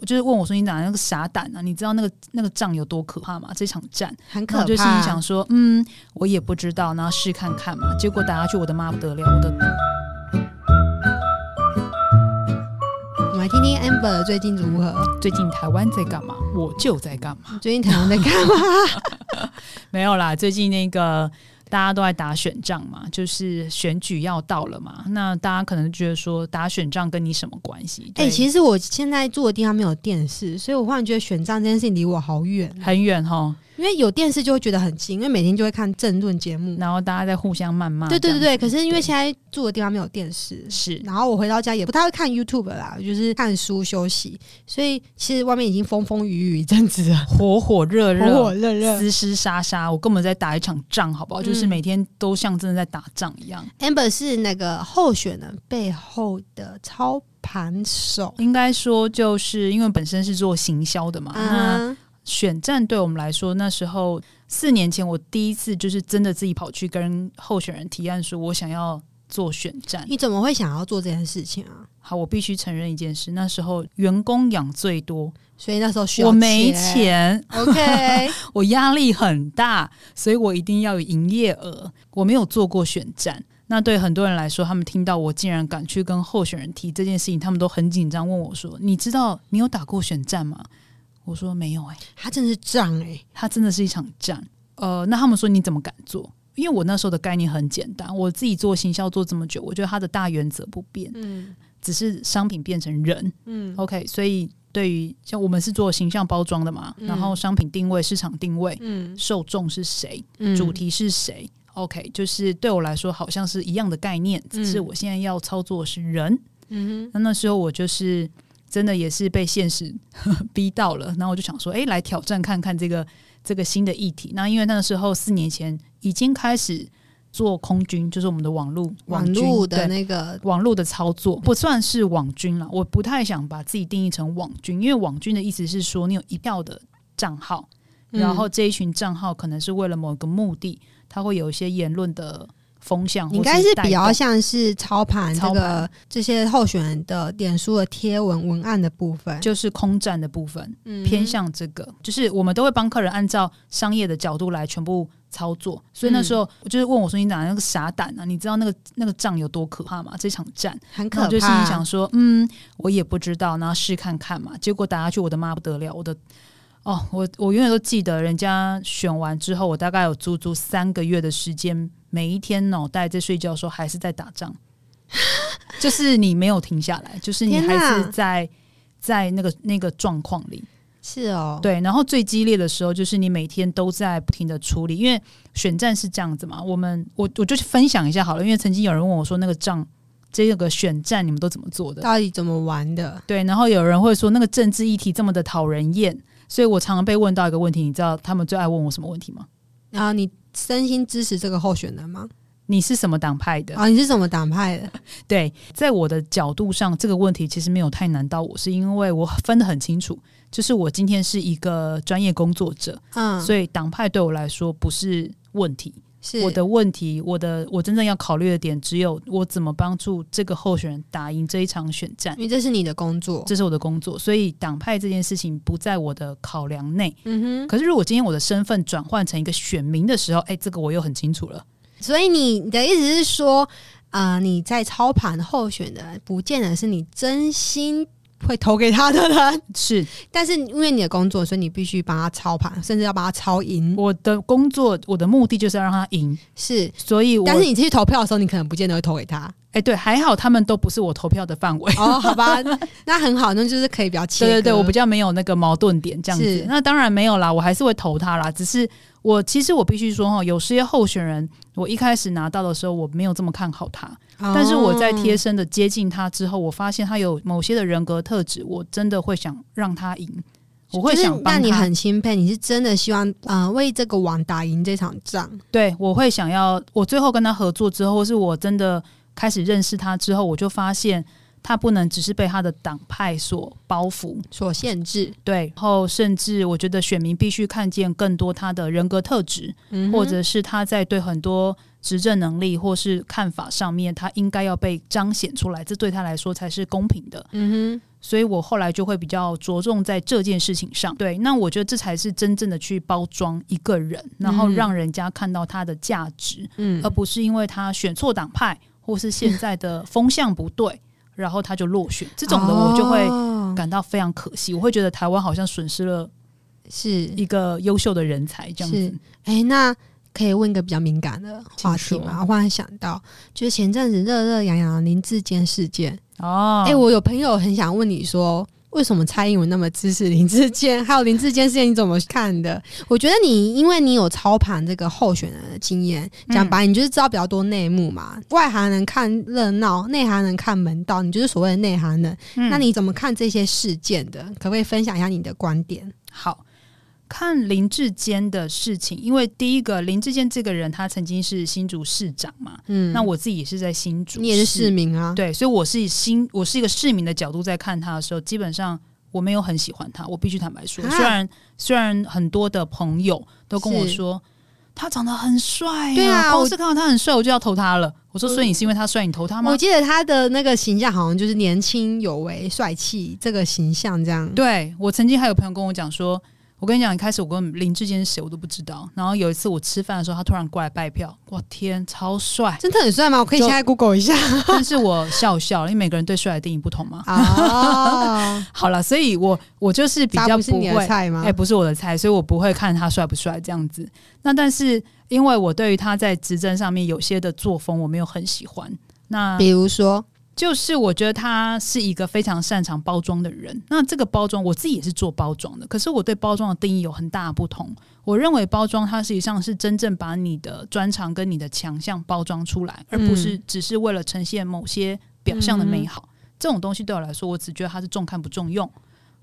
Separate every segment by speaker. Speaker 1: 我就是问我说：“你哪来那个傻胆啊？你知道那个那个仗有多可怕吗？这场战
Speaker 2: 很？”可
Speaker 1: 然后
Speaker 2: 怕。
Speaker 1: 我就心里想说：“嗯，我也不知道，然后试看看嘛。”结果打下去，我的妈不得了，我的
Speaker 2: 我们来听听 Amber 最近如何？
Speaker 1: 最近台湾在干嘛？我就在干嘛？
Speaker 2: 最近台湾在干嘛？
Speaker 1: 没有啦，最近那个大家都在打选仗嘛，就是选举要到了嘛。那大家可能觉得说打选仗跟你什么关系？
Speaker 2: 哎、
Speaker 1: 对
Speaker 2: 其实我现在住的地方没有电视，所以我忽然觉得选战这件事情离我好远。
Speaker 1: 很远哈，
Speaker 2: 因为有电视就会觉得很近，因为每天就会看政论节目。
Speaker 1: 然后大家在互相谩骂。
Speaker 2: 对对对
Speaker 1: 这样
Speaker 2: 对，可是因为现在住的地方没有电视，
Speaker 1: 是
Speaker 2: 然后我回到家也不太会看 YouTube 啦，就是看书休息。所以其实外面已经风风雨雨一阵子了，
Speaker 1: 火火 热热、
Speaker 2: 火火热热。
Speaker 1: 厮厮杀杀，我根本在打一场仗，好不好？
Speaker 2: 嗯
Speaker 1: 就是每天都像真的在打仗一样。
Speaker 2: Amber 是那个候选人背后的操盘手。
Speaker 1: 应该说，就是因为本身是做行销的嘛，那
Speaker 2: 嗯，
Speaker 1: 选战对我们来说，那时候四年前我第一次就是真的自己跑去跟候选人提案说，我想要做选战。
Speaker 2: 你怎么会想要做这件事情啊？
Speaker 1: 好，我必须承认一件事，那时候员工养最多，
Speaker 2: 所以那时候需要
Speaker 1: 我没
Speaker 2: 钱。
Speaker 1: 钱，
Speaker 2: OK，
Speaker 1: 我压力很大，所以我一定要有营业额。我没有做过选战，那对很多人来说，他们听到我竟然敢去跟候选人提这件事情，他们都很紧张，问我说：“你知道你有打过选战吗？”我说：“没 有、欸。”哎，
Speaker 2: 他真的是仗哎、
Speaker 1: 它真的是一场战。呃，那他们说你怎么敢做？因为我那时候的概念很简单，我自己做行销做这么久，我觉得它的大原则不变，
Speaker 2: 嗯
Speaker 1: 只是商品变成人，
Speaker 2: 嗯
Speaker 1: OK，所以对于像我们是做形象包装的嘛，
Speaker 2: 嗯
Speaker 1: 然后商品定位、市场定位、
Speaker 2: 嗯
Speaker 1: 受众是谁、
Speaker 2: 嗯
Speaker 1: 主题是谁，OK，就是对我来说好像是一样的概念，
Speaker 2: 嗯
Speaker 1: 只是我现在要操作的是人。
Speaker 2: 嗯哼
Speaker 1: 那那时候我就是真的也是被现实 逼到了，然后我就想说，哎、来挑战看看这个这个新的议题。那因为那时候四年前已经开始做空军，就是我们的网络
Speaker 2: 网
Speaker 1: 军
Speaker 2: 络
Speaker 1: 对
Speaker 2: 的那个
Speaker 1: 网络的操作不算是网军了，我不太想把自己定义成网军，因为网军的意思是说你有一票的账号，
Speaker 2: 嗯
Speaker 1: 然后这一群账号可能是为了某个目的，它会有一些言论的风向，
Speaker 2: 你应该是
Speaker 1: 或
Speaker 2: 比
Speaker 1: 带
Speaker 2: 较
Speaker 1: 动
Speaker 2: 像是操盘这
Speaker 1: 操
Speaker 2: 个
Speaker 1: 盘
Speaker 2: 这些候选人的脸书的贴文文案的部分，
Speaker 1: 就是空战的部分，
Speaker 2: 嗯
Speaker 1: 偏向这个，就是我们都会帮客人按照商业的角度来全部操作，所以那
Speaker 2: 嗯
Speaker 1: 时候我就是问我说你哪来那个傻胆啊？你知道那个那个仗有多可怕吗？这场战。
Speaker 2: 嗯很
Speaker 1: 那
Speaker 2: 可
Speaker 1: 我
Speaker 2: 怕。
Speaker 1: 就心里想说，嗯，我也不知道，然后试看看嘛。结果打下去，我的妈不得了，我的哦，我我永远都记得，人家选完之后，我大概有足足三个月的时间，每一天脑袋在睡觉的时候还是在打仗，就是你没有停下来，就是你
Speaker 2: 天哪
Speaker 1: 还是在在那个那个状况里。
Speaker 2: 是哦，，
Speaker 1: 对，然后最激烈的时候就是你每天都在不停的处理，因为选战是这样子嘛。我们我我就去分享一下好了，因为曾经有人问我说那个仗，这个选战你们都怎么做的？
Speaker 2: 到底怎么玩的？
Speaker 1: 对，然后有人会说那个政治议题这么的讨人厌，所以我常常被问到一个问题，你知道他们最爱问我什么问题吗？
Speaker 2: 然后你真心支持这个候选人吗？
Speaker 1: 你是什么党派的？
Speaker 2: 啊，你是什么党派的？
Speaker 1: 对，在我的角度上，这个问题其实没有太难到我，是因为我分得很清楚，就是我今天是一个专业工作者，
Speaker 2: 嗯，
Speaker 1: 所以党派对我来说不是问题。
Speaker 2: 是
Speaker 1: 我的问题，我的我真正要考虑的点只有我怎么帮助这个候选人打赢这一场选战
Speaker 2: 因，为这是你的工作。
Speaker 1: 这是我的工作，所以党派这件事情不在我的考量内。
Speaker 2: 嗯哼，
Speaker 1: 可是如果今天我的身份转换成一个选民的时候，哎，这个我又很清楚了。
Speaker 2: 所以你你的意思是说，啊、你在操盘候选的人，不见得是你真心会投给他的人，
Speaker 1: 是
Speaker 2: 但是因为你的工作，所以你必须帮他操盘，甚至要帮他操赢。
Speaker 1: 我的工作，我的目的就是要让他赢，
Speaker 2: 是，
Speaker 1: 所以我
Speaker 2: 但是你去投票的时候，你可能不见得会投给 他。
Speaker 1: 哎，对，还好他们都不是我投票的范围。
Speaker 2: 哦，好吧， 那很好，那就是可以比较切
Speaker 1: 对
Speaker 2: 割。
Speaker 1: 对对，我比较没有那个矛盾点这样子
Speaker 2: 是。
Speaker 1: 那当然没有啦，我还是会投他啦。只是我其实我必须说哈，有些候选人，我一开始拿到的时候我没有这么看好他，
Speaker 2: 哦
Speaker 1: 但是我在贴身的接近他之后，我发现他有某些的人格特质，我真的会想让他赢，我会
Speaker 2: 就是
Speaker 1: 想帮
Speaker 2: 让你
Speaker 1: 他。
Speaker 2: 很钦佩，你是真的希望，呃，为这个网打赢这场仗。
Speaker 1: 对，我会想要我最后跟他合作之后，或是我真的开始认识他之后，我就发现他不能只是被他的党派所包袱，
Speaker 2: 所限制，
Speaker 1: 对，然后甚至我觉得选民必须看见更多他的人格特质，
Speaker 2: 嗯哼
Speaker 1: 或者是他在对很多执政能力或是看法上面，他应该要被彰显出来，这对他来说才是公平的。
Speaker 2: 嗯
Speaker 1: 所以我后来就会比较着重在这件事情上。对，那我觉得这才是真正的去包装一个人，然后
Speaker 2: 嗯
Speaker 1: 让人家看到他的价值，
Speaker 2: 嗯
Speaker 1: 而不是因为他选错党派或是现在的风向不对，然后他就落选。这种的我就会
Speaker 2: 哦
Speaker 1: 感到非常可惜，我会觉得台湾好像损失了
Speaker 2: 是
Speaker 1: 一个优秀的人才这样
Speaker 2: 是
Speaker 1: 子。
Speaker 2: 哎、那可以问一个比较敏感的话题
Speaker 1: 请
Speaker 2: 吗？
Speaker 1: 说
Speaker 2: 我忽然想到，就是前阵子热热痒痒的林志坚事件。
Speaker 1: 哦，
Speaker 2: 哎、我有朋友很想问你说，为什么蔡英文那么支持林志坚？还有林志坚事件你怎么看的？我觉得你因为你有操盘这个候选人的经验，讲白，
Speaker 1: 嗯
Speaker 2: 你就是知道比较多内幕嘛。外行人看热闹，内行人看门道，你就是所谓的内行人。
Speaker 1: 嗯
Speaker 2: 那你怎么看这些事件的？可不可以分享一下你的观点？
Speaker 1: 好看林志坚的事情，因为第一个林志坚这个人，他曾经是新竹市长嘛，
Speaker 2: 嗯，
Speaker 1: 那我自己也是在新竹，
Speaker 2: 你也是市。民啊，
Speaker 1: 对，所以我是以新，我是一个市民的角度在看他的时候，基本上我没有很喜欢他，我必须坦白说，
Speaker 2: 啊
Speaker 1: 虽然虽然很多的朋友都跟我
Speaker 2: 是
Speaker 1: 说他长得很帅、
Speaker 2: 对啊
Speaker 1: 光
Speaker 2: 我
Speaker 1: 是看到他很帅，我就要投他了。我说，所以你是因为他帅，你投他吗
Speaker 2: 我？记得他的那个形象好像就是年轻有为、帅气这个形象这样。
Speaker 1: 对我曾经还有朋友跟我讲说，我跟你讲，一开始我跟林志坚是谁我都不知道，然后有一次我吃饭的时候，他突然过来拜票，我天，超
Speaker 2: ！
Speaker 1: 帅
Speaker 2: 真的很帅吗？我可以
Speaker 1: 就
Speaker 2: 现在 Google 一下
Speaker 1: 但是我笑笑，因为每个人对帅的定义不同嘛。
Speaker 2: 啊。
Speaker 1: 好了，所以我我就是比
Speaker 2: 他
Speaker 1: 较
Speaker 2: 不是你的
Speaker 1: 会。
Speaker 2: 菜吗？
Speaker 1: 哎、不是我的菜，所以我不会看他帅不帅这样子。那但是因为我对于他在执政上面有些的作风，我没有很喜欢。那
Speaker 2: 比如说，
Speaker 1: 就是我觉得他是一个非常擅长包装的人。那这个包装，我自己也是做包装的，可是我对包装的定义有很大的不同。我认为包装它实际上是真正把你的专长跟你的强项包装出来，而不
Speaker 2: 嗯
Speaker 1: 是只是为了呈现某些表象的美好。这种东西对我来说，我只觉得它是重看不重用。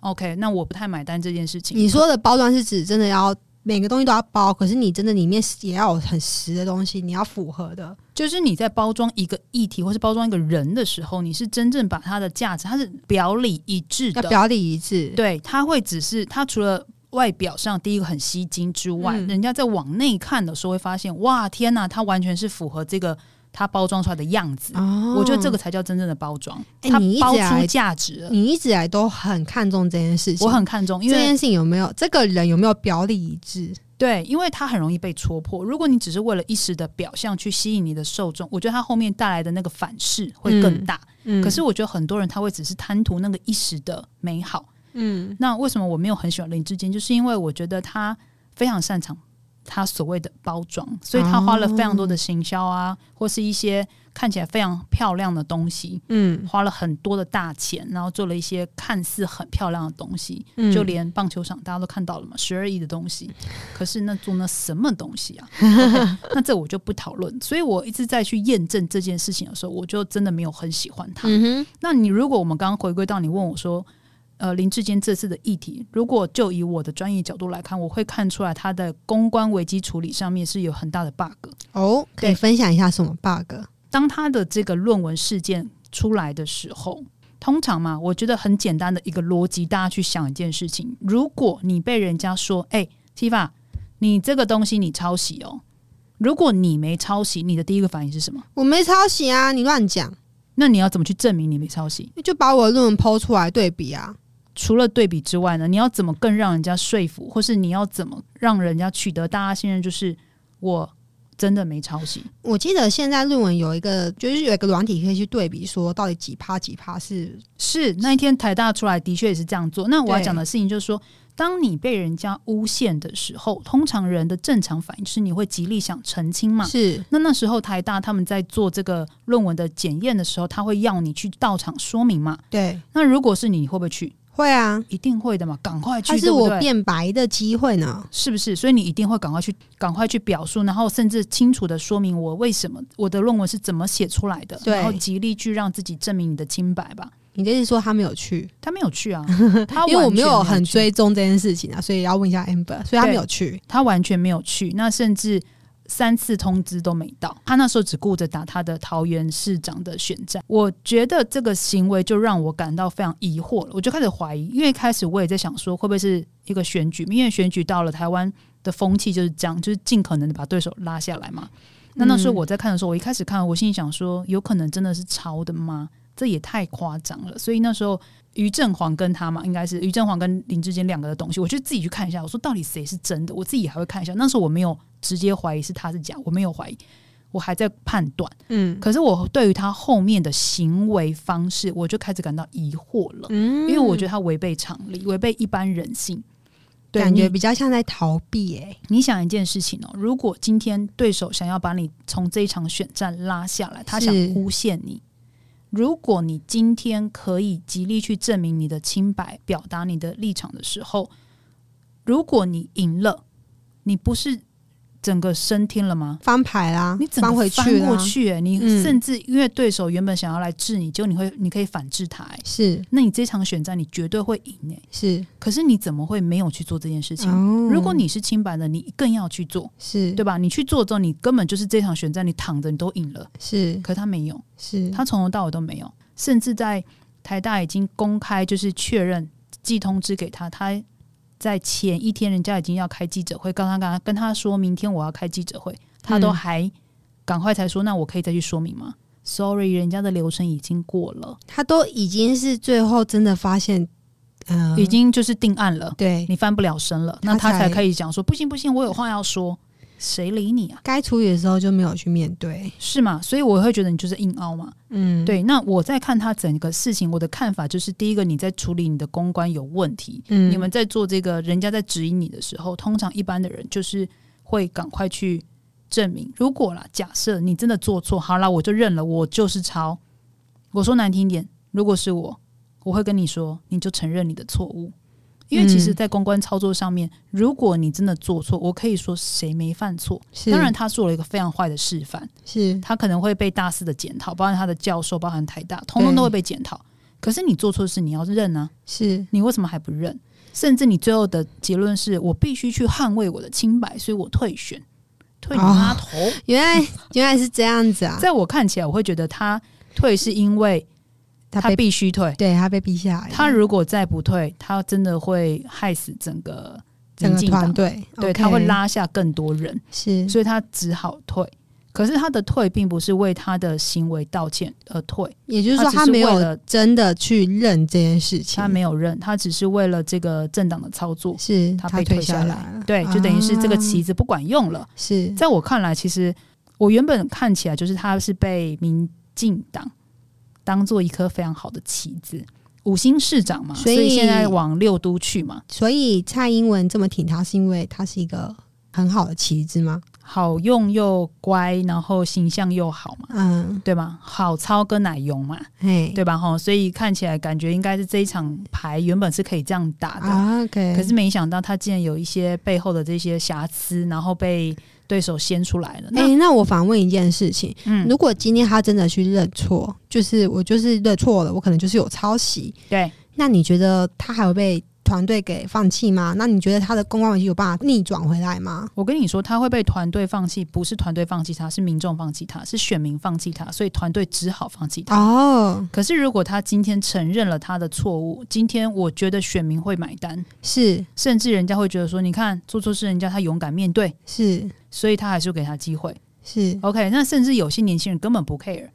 Speaker 1: OK，那我不太买单这件事情。
Speaker 2: 你说的包装是指真的要每个东西都要包，可是你真的里面也要有很实的东西，你要符合的。
Speaker 1: 就是你在包装一个议题或是包装一个人的时候，你是真正把它的价值，它是表里一致
Speaker 2: 要
Speaker 1: 的。
Speaker 2: 表里一致。
Speaker 1: 对，它会只是它除了外表上第一个很吸睛之外，
Speaker 2: 嗯
Speaker 1: 人家在往内看的时候会发现，哇，天呐，它完全是符合这个它包装出来的样子。
Speaker 2: 哦
Speaker 1: 我觉得这个才叫真正的包装，
Speaker 2: 哎
Speaker 1: 它
Speaker 2: 你一直
Speaker 1: 包出
Speaker 2: 来
Speaker 1: 价值了。
Speaker 2: 你一直以来都很看重这件事情，
Speaker 1: 我很看重，因
Speaker 2: 这
Speaker 1: 为
Speaker 2: 件事情有没有这个人有没有表里一致？
Speaker 1: 对，因为它很容易被戳破。如果你只是为了一时的表象去吸引你的受众，我觉得它后面带来的那个反噬会更
Speaker 2: 嗯
Speaker 1: 大。
Speaker 2: 嗯
Speaker 1: 可是我觉得很多人他会只是贪图那个一时的美好。
Speaker 2: 嗯
Speaker 1: 那为什么我没有很喜欢林志坚？就是因为我觉得他非常擅长他所谓的包装，所以他花了非常多的行销啊，或是一些看起来非常漂亮的东西，
Speaker 2: 嗯
Speaker 1: 花了很多的大钱，然后做了一些看似很漂亮的东西。
Speaker 2: 嗯
Speaker 1: 就连棒球场大家都看到了嘛，十二亿的东西，可是那做那什么东西啊 OK，那这我就不讨论。所以我一直在去验证这件事情的时候，我就真的没有很喜欢他。
Speaker 2: 嗯哼
Speaker 1: 那你如果我们刚刚回归到你问我说，呃，林志坚这次的议题，如果就以我的专业角度来看，我会看出来他的公关危机处理上面是有很大的 bug。
Speaker 2: 哦，可以
Speaker 1: 对
Speaker 2: 分享一下什么 bug？
Speaker 1: 当他的这个论文事件出来的时候，通常嘛，我觉得很简单的一个逻辑，大家去想一件事情：如果你被人家说，哎、t i f a 你这个东西你抄袭哦，如果你没抄袭，你的第一个反应是什么？
Speaker 2: 我没抄袭啊，你乱讲，
Speaker 1: 那你要怎么去证明你没抄袭？
Speaker 2: 就把我的论文剖出来对比啊。
Speaker 1: 除了对比之外呢，你要怎么更让人家说服，或是你要怎么让人家取得大家信任？就是我真的没抄袭，
Speaker 2: 我记得现在论文有一个，就是有一个软体可以去对比，说到底几趴几趴是
Speaker 1: 是那一天台大出来的确也是这样做。那我要
Speaker 2: 对
Speaker 1: 讲的事情就是说，当你被人家诬陷的时候，通常人的正常反应是你会极力想澄清嘛。
Speaker 2: 是
Speaker 1: 那那时候台大他们在做这个论文的检验的时候，他会要你去到场说明嘛。
Speaker 2: 对，
Speaker 1: 那如果是你，你会不会去？
Speaker 2: 会啊，
Speaker 1: 一定会的嘛，赶快去，
Speaker 2: 它是
Speaker 1: 对不
Speaker 2: 我
Speaker 1: 对
Speaker 2: 变白的机会呢。
Speaker 1: 是不是？所以你一定会赶快去，赶快去表述，然后甚至清楚的说明我为什么我的论文是怎么写出来的，
Speaker 2: 对
Speaker 1: 然后极力去让自己证明你的清白吧。
Speaker 2: 你的意思说他没有去，
Speaker 1: 他没有去 啊，他
Speaker 2: 因为我
Speaker 1: 完全
Speaker 2: 没
Speaker 1: 没
Speaker 2: 有很
Speaker 1: 去，
Speaker 2: 追踪这件事情啊，所以要问一下 Amber，所以他
Speaker 1: 对
Speaker 2: 没有去。
Speaker 1: 他完全没有去，那甚至。三次通知都没到，他那时候只顾着打他的桃园市长的选战。我觉得这个行为就让我感到非常疑惑了，我就开始怀疑，因为一开始我也在想说，会不会是一个选举？因为选举到了，台湾的风气就是这样，就是尽可能的把对手拉下来嘛。那那时候我在看的时候，我一开始看，我心里想说，有可能真的是抄的吗？这也太夸张了。所以那时候，于正煌跟他嘛，应该是于正煌跟林志坚两个的东西，我就自己去看一下，我说到底谁是真的，我自己还会看一下。那时候我没有直接怀疑是他是假，我没有怀疑，我还在判断。
Speaker 2: 嗯
Speaker 1: 可是我对于他后面的行为方式，我就开始感到疑惑了，
Speaker 2: 嗯
Speaker 1: 因为我觉得他违背常理，违背一般人性。对
Speaker 2: 感觉
Speaker 1: 你
Speaker 2: 比较像在逃避、哎，
Speaker 1: 你想一件事情哦，如果今天对手想要把你从这一场选战拉下来，他想
Speaker 2: 是
Speaker 1: 诬陷你。如果你今天可以极力去证明你的清白，表达你的立场的时候，如果你赢了，你不是整个升天了吗？
Speaker 2: 翻牌啦，
Speaker 1: 你整
Speaker 2: 翻
Speaker 1: 个
Speaker 2: 啊回
Speaker 1: 翻
Speaker 2: 去
Speaker 1: 过
Speaker 2: 啦，
Speaker 1: 去、欸，你
Speaker 2: 嗯
Speaker 1: 甚至因为对手原本想要来治你，结果你会你可以反制他、欸，
Speaker 2: 是
Speaker 1: 那你这场选战你绝对会赢诶、欸
Speaker 2: 是，
Speaker 1: 可是你怎么会没有去做这件事情？
Speaker 2: 哦
Speaker 1: 如果你是清白的，你更要去做。
Speaker 2: 是
Speaker 1: 对吧？你去做之后，你根本就是这场选战，你躺着你都赢了，
Speaker 2: 是
Speaker 1: 可他没有，
Speaker 2: 是，
Speaker 1: 他从头到尾都没有，甚至在台大已经公开就是确认寄通知给他，他在前一天人家已经要开记者会，刚刚跟他跟他说明天我要开记者会，他都
Speaker 2: 嗯
Speaker 1: 还赶快才说，那我可以再去说明吗？Sorry，人家的流程已经过了，
Speaker 2: 他都已经是最后真的发现，呃，
Speaker 1: 已经就是定案了，
Speaker 2: 对
Speaker 1: 你翻不了身了，
Speaker 2: 他
Speaker 1: 那他才
Speaker 2: 才
Speaker 1: 可以讲说不行不行，我有话要说，谁理你啊？
Speaker 2: 该处理的时候就没有去面对，
Speaker 1: 是吗？所以我会觉得你就是硬凹嘛。
Speaker 2: 嗯，
Speaker 1: 对，那我在看他整个事情，我的看法就是：第一个，你在处理你的公关有问题，
Speaker 2: 嗯，
Speaker 1: 你们在做这个人家在质疑你的时候，通常一般的人就是会赶快去证明。如果啦，假设你真的做错，好啦，我就认了，我就是抄。我说难听一点，如果是我，我会跟你说，你就承认你的错误。因为其实，
Speaker 2: 嗯
Speaker 1: 在公关操作上面，如果你真的做错，我可以说谁没犯错。
Speaker 2: 是
Speaker 1: 当然，他做了一个非常坏的示范，
Speaker 2: 是
Speaker 1: 他可能会被大肆的检讨，包含他的教授，包含台大，通通都会被检讨。可是你做错事，你要认啊！
Speaker 2: 是
Speaker 1: 你为什么还不认？甚至你最后的结论是我必须去捍卫我的清白，所以我退选，退你妈
Speaker 2: 哦
Speaker 1: 头！嗯
Speaker 2: 原来原来是这样子啊，
Speaker 1: 在我看起来，我会觉得他退是因为
Speaker 2: 他
Speaker 1: 他
Speaker 2: 被哎
Speaker 1: 必须退，
Speaker 2: 对他被逼下来了，
Speaker 1: 他如果再不退，他真的会害死整个
Speaker 2: 整个
Speaker 1: 民进党
Speaker 2: 团，队，
Speaker 1: 对
Speaker 2: OK
Speaker 1: 他会拉下更多人，
Speaker 2: 是
Speaker 1: 所以他只好退。可是他的退并不是为他的行为道歉而退，
Speaker 2: 也就是说，
Speaker 1: 他只是
Speaker 2: 他没
Speaker 1: 为
Speaker 2: 有
Speaker 1: 了
Speaker 2: 真的去认这件事情，
Speaker 1: 他没有认，他只是为了这个政党的操作，
Speaker 2: 是
Speaker 1: 他
Speaker 2: 他
Speaker 1: 被退
Speaker 2: 下
Speaker 1: 下
Speaker 2: 来了，
Speaker 1: 对，就等于是这个
Speaker 2: 啊
Speaker 1: 旗子不管用了。
Speaker 2: 是
Speaker 1: 在我看来，其实我原本看起来就是他是被民进党当做一颗非常好的旗子，五星市长嘛，所
Speaker 2: 所以
Speaker 1: 以现在往六都去嘛，
Speaker 2: 所以蔡英文这么挺他，是因为他是一个很好的棋子吗？
Speaker 1: 好用又乖，然后形象又好嘛。
Speaker 2: 嗯，
Speaker 1: 对吧？好操跟奶油嘛，
Speaker 2: 嘿，
Speaker 1: 对吧？哈，所以看起来感觉应该是这一场牌原本是可以这样打的，
Speaker 2: 啊，OK，
Speaker 1: 可是没想到他竟然有一些背后的这些瑕疵，然后被对手掀出来了。那、
Speaker 2: 哎、那我反问一件事情：
Speaker 1: 嗯，
Speaker 2: 如果今天他真的去认错，就是我就是认错了，我可能就是有抄袭，
Speaker 1: 对，
Speaker 2: 那你觉得他还会被团队给放弃吗？那你觉得他的公关危机有办法逆转回来吗？
Speaker 1: 我跟你说，他会被团队放弃，不是团队放弃他，是民众放弃他，是选民放弃他，所以团队只好放弃他。
Speaker 2: 哦，
Speaker 1: 可是如果他今天承认了他的错误，今天我觉得选民会买单，
Speaker 2: 是
Speaker 1: 甚至人家会觉得说，你看做错事，人家他勇敢面对，
Speaker 2: 是
Speaker 1: 所以他还是给他机会。
Speaker 2: 是，
Speaker 1: OK，那甚至有些年轻人根本不 care。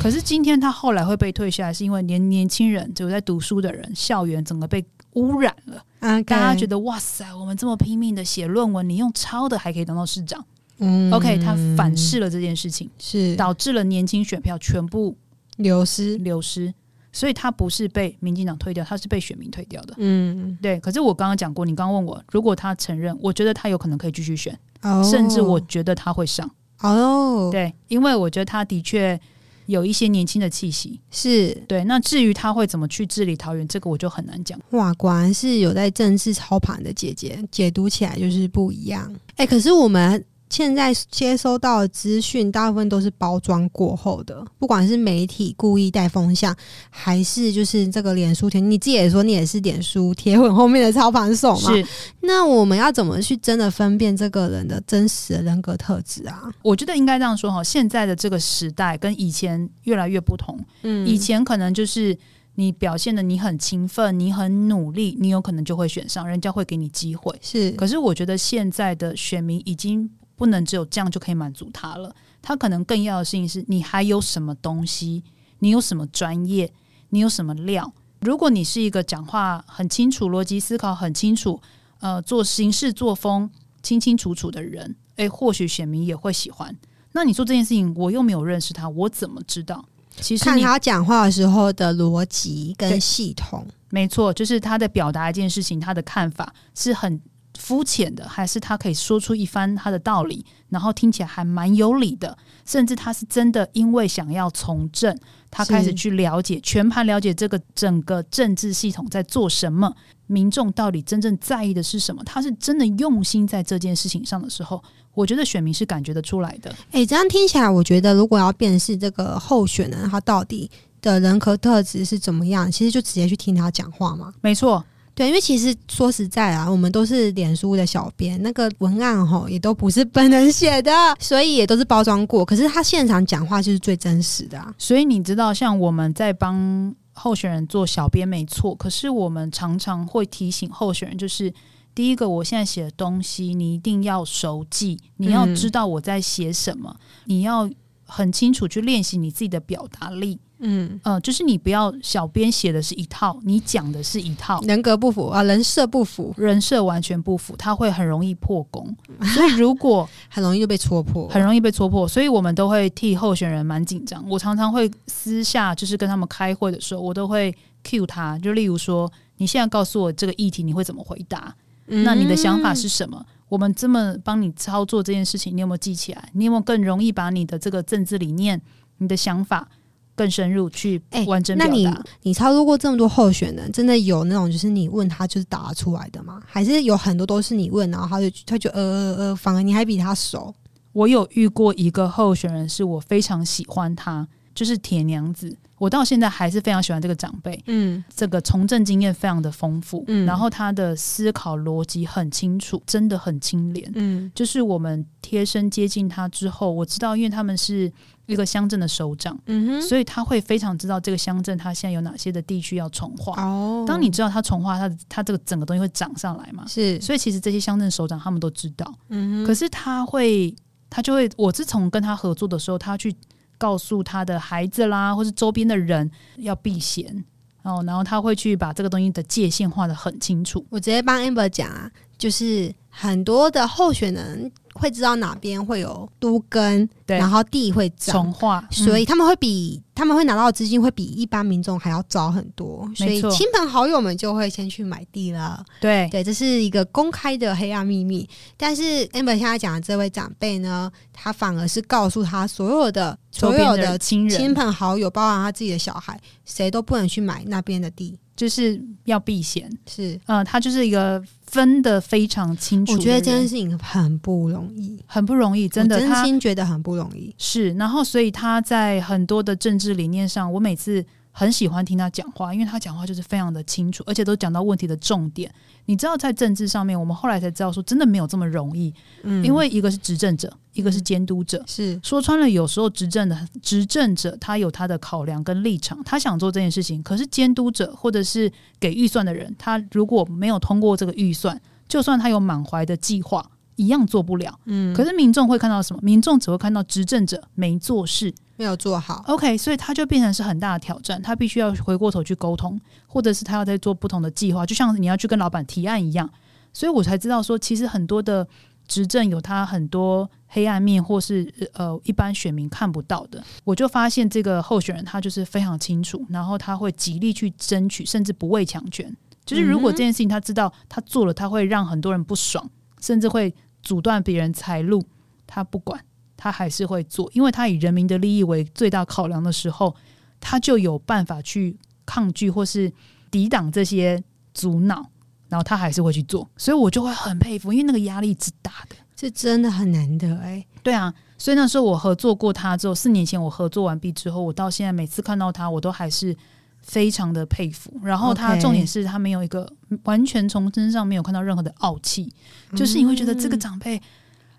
Speaker 1: 可是今天他后来会被退下来，是因为连年轻人，只有在读书的人，校园整个被污染了。
Speaker 2: 啊，
Speaker 1: 哦大家觉
Speaker 2: 得，
Speaker 1: 得哇塞，我们这么拼命的写论文，你用抄的还可以当到市长。
Speaker 2: 嗯
Speaker 1: OK，他反噬了这件事情，
Speaker 2: 是
Speaker 1: 导致了年轻选票全部
Speaker 2: 流失，
Speaker 1: 流失。所以他不是被民进党退掉，他是被选民退掉的。
Speaker 2: 嗯，
Speaker 1: 对，可是我刚刚讲过，你刚刚问我，如果他承认，我觉得他有可能可以继续选，
Speaker 2: 哦，
Speaker 1: 甚至我觉得他会上。
Speaker 2: 哦，
Speaker 1: 对，因为我觉得他的确有一些年轻的气息。
Speaker 2: 是
Speaker 1: 对，那至于他会怎么去治理桃园，这个我就很难讲。
Speaker 2: 哇，果然是有在正式操盘的姐姐，解读起来就是不一样。哎、可是我们现在接收到的资讯，大部分都是包装过后的，不管是媒体故意带风向，还是就是这个脸书贴，你自己也说你也是脸书贴文后面的操盘手嘛。
Speaker 1: 是，
Speaker 2: 那我们要怎么去真的分辨这个人的真实的人格特质啊？
Speaker 1: 我觉得应该这样说哈，现在的这个时代跟以前越来越不同。
Speaker 2: 嗯
Speaker 1: 以前可能就是你表现的你很勤奋，你很努力，你有可能就会选上，人家会给你机会。
Speaker 2: 是
Speaker 1: 可是我觉得现在的选民已经不能只有这样就可以满足他了，他可能更要的事情是你还有什么东西，你有什么专业，你有什么料，如果你是一个讲话很清楚、逻辑思考很清楚，呃，做行事作风清清楚楚的人，诶，或许选民也会喜欢。那你做这件事情，我又没有认识他，我怎么知道？其实
Speaker 2: 看
Speaker 1: 你
Speaker 2: 他讲话的时候的逻辑跟
Speaker 1: 对
Speaker 2: 系统，
Speaker 1: 没错，就是他在表达一件事情，他的看法是很肤浅的，还是他可以说出一番他的道理，然后听起来还蛮有理的，甚至他是真的因为想要从政，他
Speaker 2: 是
Speaker 1: 开始去了解全盘了解这个整个政治系统在做什么，民众到底真正在意的是什么，他是真的用心在这件事情上的时候，我觉得选民是感觉得出来的。
Speaker 2: 诶，这样听起来，我觉得如果要辨识这个候选人他到底的人格特质是怎么样，其实就直接去听他讲话嘛。
Speaker 1: 没错，
Speaker 2: 对，因为其实说实在啊，我们都是脸书的小编，那个文案吼也都不是本人写的，所以也都是包装过。可是他现场讲话就是最真实的啊。
Speaker 1: 所以你知道，像我们在帮候选人做小编没错，可是我们常常会提醒候选人，就是第一个，我现在写的东西你一定要熟记，你要
Speaker 2: 嗯
Speaker 1: 知道我在写什么，你要很清楚去练习你自己的表达力。
Speaker 2: 嗯，
Speaker 1: 呃，就是你不要小编写的是一套，你讲的是一套。
Speaker 2: 人格不符啊，人设不符，
Speaker 1: 人设完全不符，他会很容易破功，所以如果
Speaker 2: 很容易就被戳破。
Speaker 1: 很容易被戳破，所以我们都会替候选人蛮紧张。我常常会私下就是跟他们开会的时候，我都会 cue 他，就例如说，你现在告诉我这个议题你会怎么回答，
Speaker 2: 嗯
Speaker 1: 那你的想法是什么？我们这么帮你操作这件事情，你有没有记起来？你有没有更容易把你的这个政治理念、你的想法更深入去
Speaker 2: 哎
Speaker 1: 完整
Speaker 2: 那
Speaker 1: 表达？
Speaker 2: 你你操作过这么多候选人，真的有那种就是你问他就是答得出来的吗？还是有很多都是你问，然后他就他就呃呃呃，反而你还比他熟？
Speaker 1: 我有遇过一个候选人，是我非常喜欢他，就是铁娘子。我到现在还是非常喜欢这个长辈，
Speaker 2: 嗯，
Speaker 1: 这个从政经验非常的丰富，
Speaker 2: 嗯
Speaker 1: 然后他的思考逻辑很清楚，真的很清廉。
Speaker 2: 嗯
Speaker 1: 就是我们贴身接近他之后，我知道，因为他们是一个乡镇的首长，
Speaker 2: 嗯哼，
Speaker 1: 所以他会非常知道这个乡镇他现在有哪些的地区要重化。
Speaker 2: 哦
Speaker 1: 当你知道他重化，他的他这个整个东西会涨上来嘛？
Speaker 2: 是
Speaker 1: 所以其实这些乡镇首长他们都知道，
Speaker 2: 嗯
Speaker 1: 可
Speaker 2: 哼，
Speaker 1: 是他会，他就会，我自从跟他合作的时候，他去告诉他的孩子啦，或是周边的人要避嫌哦，然后他会去把这个东西的界限画得很清楚。
Speaker 2: 我直接帮 Amber 讲啊，就是很多的候选人会知道哪边会有都根，
Speaker 1: 对
Speaker 2: 然后地会长
Speaker 1: 重。画，
Speaker 2: 所以
Speaker 1: 嗯、
Speaker 2: 他们会比、他们会拿到的资金会比一般民众还要早很多，所以
Speaker 1: 没错
Speaker 2: 亲朋好友们就会先去买地了。
Speaker 1: 嗯对
Speaker 2: 对，这是一个公开的黑暗秘密。但是 Amber 现在讲的这位长辈呢，他反而是告诉他所有的
Speaker 1: 周
Speaker 2: 所
Speaker 1: 边
Speaker 2: 有
Speaker 1: 的
Speaker 2: 的
Speaker 1: 亲人
Speaker 2: 亲朋好友，包含他自己的小孩，谁都不能去买那边的地。
Speaker 1: 就是要避嫌，
Speaker 2: 是，
Speaker 1: 呃，他就是一个分得非常清楚
Speaker 2: 我
Speaker 1: 的人。
Speaker 2: 觉得这件事情很不容易，
Speaker 1: 很不容易，真的，
Speaker 2: 我真
Speaker 1: 他
Speaker 2: 心觉得很不容易。
Speaker 1: 是，然后所以他在很多的政治理念上，我每次很喜欢听他讲话，因为他讲话就是非常的清楚，而且都讲到问题的重点。你知道，在政治上面，我们后来才知道说，真的没有这么容易，
Speaker 2: 嗯
Speaker 1: 因为一个是执政者，一个是监督者。
Speaker 2: 是
Speaker 1: 说穿了，有时候执政的执政者他有他的考量跟立场，他想做这件事情，可是监督者或者是给预算的人，他如果没有通过这个预算，就算他有满怀的计划，一样做不了。
Speaker 2: 嗯，
Speaker 1: 可是民众会看到什么？民众只会看到执政者没做事。
Speaker 2: 没有做好。
Speaker 1: OK，所以他就变成是很大的挑战，他必须要回过头去沟通，或者是他要再做不同的计划，就像你要去跟老板提案一样。所以我才知道说，其实很多的执政有他很多黑暗面，或是呃一般选民看不到的。我就发现这个候选人他就是非常清楚，然后他会极力去争取，甚至不畏强权。就是如果
Speaker 2: 嗯
Speaker 1: 这
Speaker 2: 哼
Speaker 1: 件事情他知道他做了，他会让很多人不爽，甚至会阻断别人财路，他不管，他还是会做，因为他以人民的利益为最大考量的时候，他就有办法去抗拒或是抵挡这些阻挠，然后他还是会去做，所以我就会很佩服，因为那个压力之大的。
Speaker 2: 这真的很难得哎、
Speaker 1: 对啊，所以那时候我合作过他之后，四年前我合作完毕之后，我到现在每次看到他，我都还是非常的佩服。然后他
Speaker 2: OK
Speaker 1: 重点是他没有一个完全从身上没有看到任何的傲气，就是你会觉得这个长辈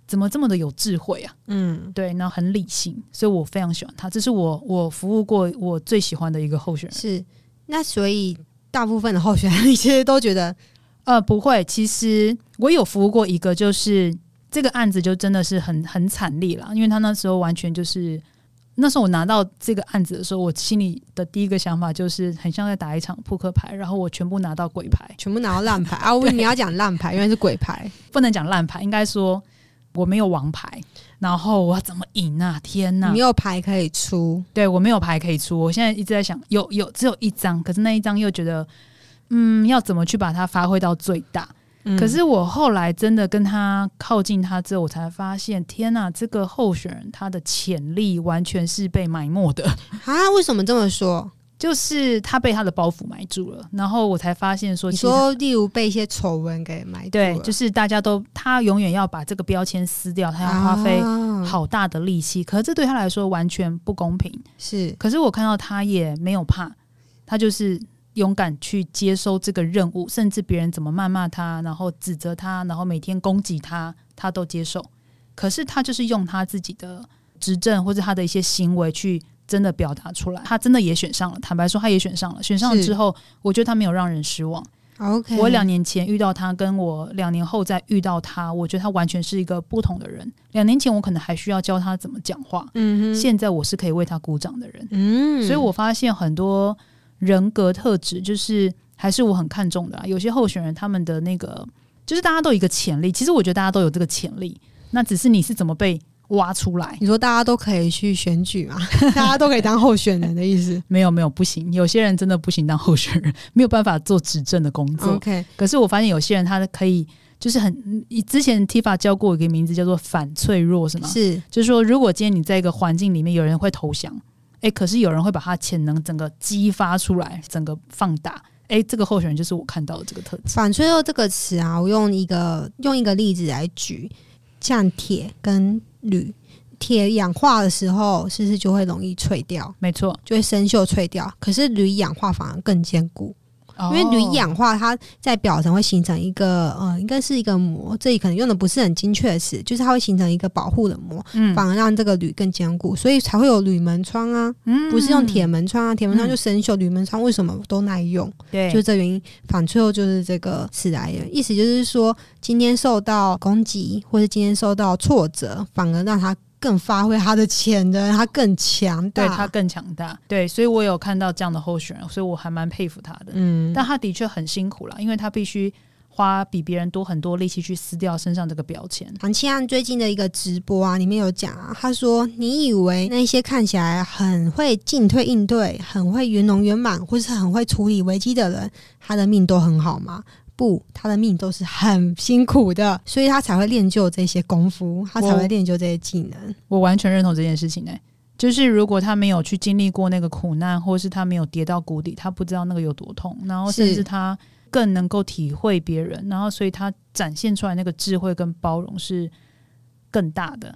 Speaker 1: 怎么这么的有智慧啊？
Speaker 2: 嗯，
Speaker 1: 对，然后很理性，所以我非常喜欢他。这是我我服务过我最喜欢的一个候选人。
Speaker 2: 是。那所以大部分的候选人 其实都觉得
Speaker 1: 呃，不会，其实我有服务过一个，就是这个案子就真的是很很惨烈啦，因为他那时候完全就是那时候我拿到这个案子的时候，我心里的第一个想法就是很像在打一场扑克牌，然后我全部拿到鬼牌，
Speaker 2: 全部拿到烂牌啊！我以为你要讲烂牌，原来是鬼牌。
Speaker 1: 不能讲烂牌，应该说我没有王牌，然后我要怎么赢啊？天哪
Speaker 2: 你！有牌可以出，
Speaker 1: 对我没有牌可以出，我现在一直在想，有有只有一张，可是那一张又觉得，嗯，要怎么去把它发挥到最大？
Speaker 2: 嗯
Speaker 1: 可是我后来真的跟他靠近他之后，我才发现，天呐，这个候选人他的潜力完全是被埋没的，
Speaker 2: 啊，为什么这么说？
Speaker 1: 就是他被他的包袱埋住了。然后我才发现说，
Speaker 2: 你
Speaker 1: 其实
Speaker 2: 说，例如被一些丑闻给埋住
Speaker 1: 对
Speaker 2: 了，，
Speaker 1: 就是大家都他永远要把这个标签撕掉，他要花费
Speaker 2: 啊
Speaker 1: 好大的力气，可是这对他来说完全不公平。
Speaker 2: 是
Speaker 1: 可是我看到他也没有怕，他就是勇敢去接收这个任务，甚至别人怎么谩骂他，然后指责他，然后每天攻击他，他都接受。可是他就是用他自己的执政或者他的一些行为去真的表达出来，他真的也选上了。坦白说，他也选上了。选上了
Speaker 2: 是
Speaker 1: 之后，我觉得他没有让人失望。
Speaker 2: OK。
Speaker 1: 我两年前遇到他，跟我两年后再遇到他，我觉得他完全是一个不同的人。两年前我可能还需要教他怎么讲话，
Speaker 2: 嗯哼
Speaker 1: 现在我是可以为他鼓掌的人。
Speaker 2: 嗯，
Speaker 1: 所以我发现很多人格特质，就是还是我很看重的啦。有些候选人他们的那个，就是大家都有一个潜力，其实我觉得大家都有这个潜力，那只是你是怎么被挖出来。
Speaker 2: 你说大家都可以去选举嘛， 大家都可以当候选人的意思。
Speaker 1: 没有没有不行，有些人真的不行当候选人，没有办法做执政的工作。
Speaker 2: OK，
Speaker 1: 可是我发现有些人他可以，就是很嗯之前 Tifa 教过我一个名字叫做反脆弱，是吗？
Speaker 2: 是
Speaker 1: 就是说，如果今天你在一个环境里面，有人会投降，诶，可是有人会把他潜能整个激发出来，整个放大。诶，这个候选人就是我看到的这个特质。
Speaker 2: 反脆弱这个词啊，我用一个用一个例子来举，像铁跟铝，铁氧化的时候，是不是就会容易脆掉，
Speaker 1: 没错，
Speaker 2: 就会生锈脆掉？可是铝氧化反而更坚固，
Speaker 1: 因
Speaker 2: 因为铝氧化它在表层会形成一个呃，应该是一个膜，这里可能用的不是很精确的词，就是它会形成一个保护的膜，
Speaker 1: 嗯
Speaker 2: 反而让这个铝更坚固，所以才会有铝门窗啊，
Speaker 1: 嗯
Speaker 2: 不是用铁门窗啊，铁门窗就生锈，铝门窗为什么都耐用？
Speaker 1: 对，
Speaker 2: 就这原因，反脆弱就是这个词来源，意思就是说，今天受到攻击，或是今天受到挫折，反而让他更发挥他的潜能，他更强大。
Speaker 1: 对他更强大。对，所以我有看到这样的候选人，所以我还蛮佩服他的。
Speaker 2: 嗯，
Speaker 1: 但他的确很辛苦啦，因为他必须花比别人多很多力气去撕掉身上这个标签。
Speaker 2: 唐七安最近的一个直播啊，里面有讲啊，他说：“你以为那些看起来很会进退应对、很会圆融圆满，或是很会处理危机的人，他的命都很好吗？”不，他的命都是很辛苦的，所以他才会练就这些功夫，他才
Speaker 1: 我
Speaker 2: 会练就这些技能。
Speaker 1: 我完全认同这件事情呢、欸就是如果他没有去经历过那个苦难，或是他没有跌到谷底，他不知道那个有多痛，然后甚
Speaker 2: 是
Speaker 1: 至他更能够体会别人，然后所以他展现出来那个智慧跟包容是更大的。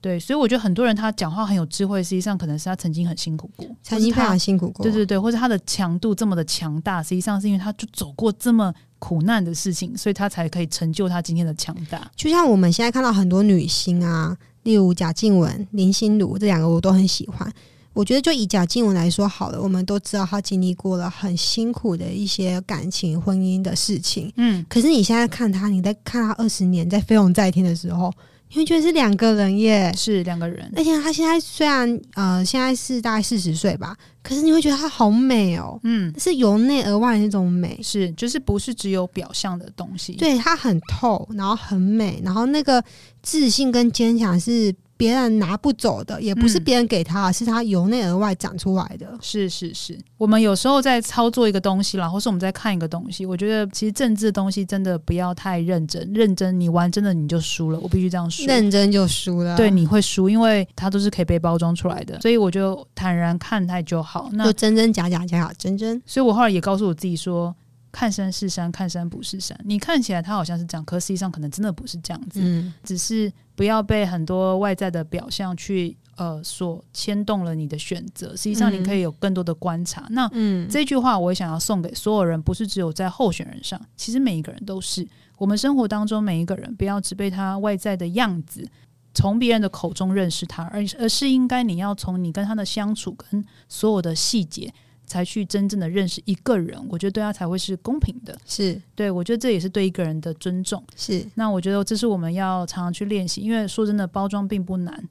Speaker 1: 对，所以我觉得很多人他讲话很有智慧，实际上可能是他曾经很辛苦过，
Speaker 2: 曾经
Speaker 1: 或
Speaker 2: 非
Speaker 1: 是他
Speaker 2: 常辛苦过。
Speaker 1: 对对对，或者他的强度这么的强大，实际上是因为他就走过这么苦难的事情，所以他才可以成就他今天的强大。
Speaker 2: 就像我们现在看到很多女星啊，例如贾静雯、林心如这两个，我都很喜欢。我觉得就以贾静雯来说好了，我们都知道她经历过了很辛苦的一些感情、婚姻的事情。
Speaker 1: 嗯，
Speaker 2: 可是你现在看她，你在看她二十年在飞龙在天的时候，你会觉得是两个人耶。
Speaker 1: 是两个人，
Speaker 2: 而且她现在虽然呃现在是大概四十岁吧，可是你会觉得她好美哦，
Speaker 1: 嗯，
Speaker 2: 是由内而外的那种美。
Speaker 1: 是，就是不是只有表象的东西。，
Speaker 2: 对，它很透，然后很美，然后那个自信跟坚强是别人拿不走的，也不是
Speaker 1: 嗯
Speaker 2: 别人给他，是他由内而外长出来的。
Speaker 1: 是是是。我们有时候在操作一个东西啦，或是我们在看一个东西，我觉得其实政治的东西真的不要太认真，认真你玩真的你就输了，我必须这样说。
Speaker 2: 认真就输了，
Speaker 1: 对，，你会输，因为它都是可以被包装出来的，所以我就坦然看待就好。那
Speaker 2: 就真真假假，假假真真。
Speaker 1: 所以我后来也告诉我自己说，看山是山，看山不是山。你看起来它好像是这样，可实际上可能真的不是这样子，
Speaker 2: 嗯，
Speaker 1: 只是不要被很多外在的表象去呃所牵动了你的选择。实际上
Speaker 2: 嗯
Speaker 1: 你可以有更多的观察。那
Speaker 2: 嗯，
Speaker 1: 这句话我也想要送给所有人，不是只有在候选人上，其实每一个人都是。我们生活当中每一个人，不要只被他外在的样子，从别人的口中认识他，而而是应该你要从你跟他的相处跟所有的细节，才去真正的认识一个人。我觉得对他才会是公平的。
Speaker 2: 是
Speaker 1: 对我觉得这也是对一个人的尊重。
Speaker 2: 是
Speaker 1: 那我觉得这是我们要常常去练习，因为说真的，包装并不难。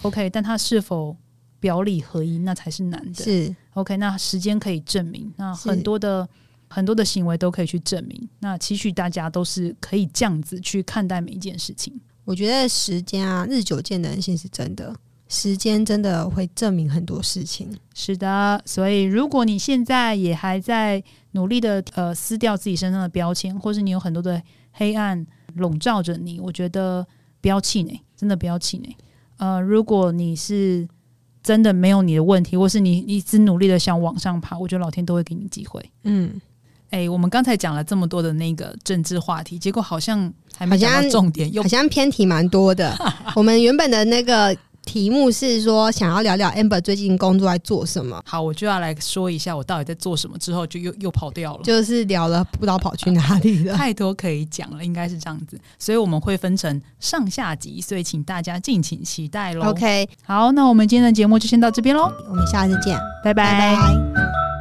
Speaker 1: OK，但它是否表里合一，那才是难的。
Speaker 2: 是
Speaker 1: OK，那时间可以证明，那
Speaker 2: 是
Speaker 1: 很多的很多的行为都可以去证明。那期许大家都是可以这样子去看待每一件事情。
Speaker 2: 我觉得时间啊，日久见人心是真的，时间真的会证明很多事情。
Speaker 1: 是的，所以如果你现在也还在努力的呃撕掉自己身上的标签，或是你有很多的黑暗笼罩着你，我觉得不要气馁，真的不要气馁。呃，如果你是真的没有你的问题，或是你一直努力的想往上爬，我觉得老天都会给你机会。
Speaker 2: 嗯，
Speaker 1: 哎、我们刚才讲了这么多的那个政治话题，结果好像还没
Speaker 2: 好像
Speaker 1: 讲到重点，又
Speaker 2: 好像偏题蛮多 的。我们原本的那个题目是说想要聊聊 Amber 最近工作在做什么，
Speaker 1: 好，我就要来说一下我到底在做什么，之后就又又跑掉了。
Speaker 2: 就是聊了不知道跑去哪 里了。
Speaker 1: 太多可以讲了，应该是这样子，所以我们会分成上下集，所以请大家敬请期待喽。
Speaker 2: OK，
Speaker 1: 好，那我们今天的节目就先到这边喽，
Speaker 2: 我们下次见，
Speaker 1: 拜
Speaker 2: 拜拜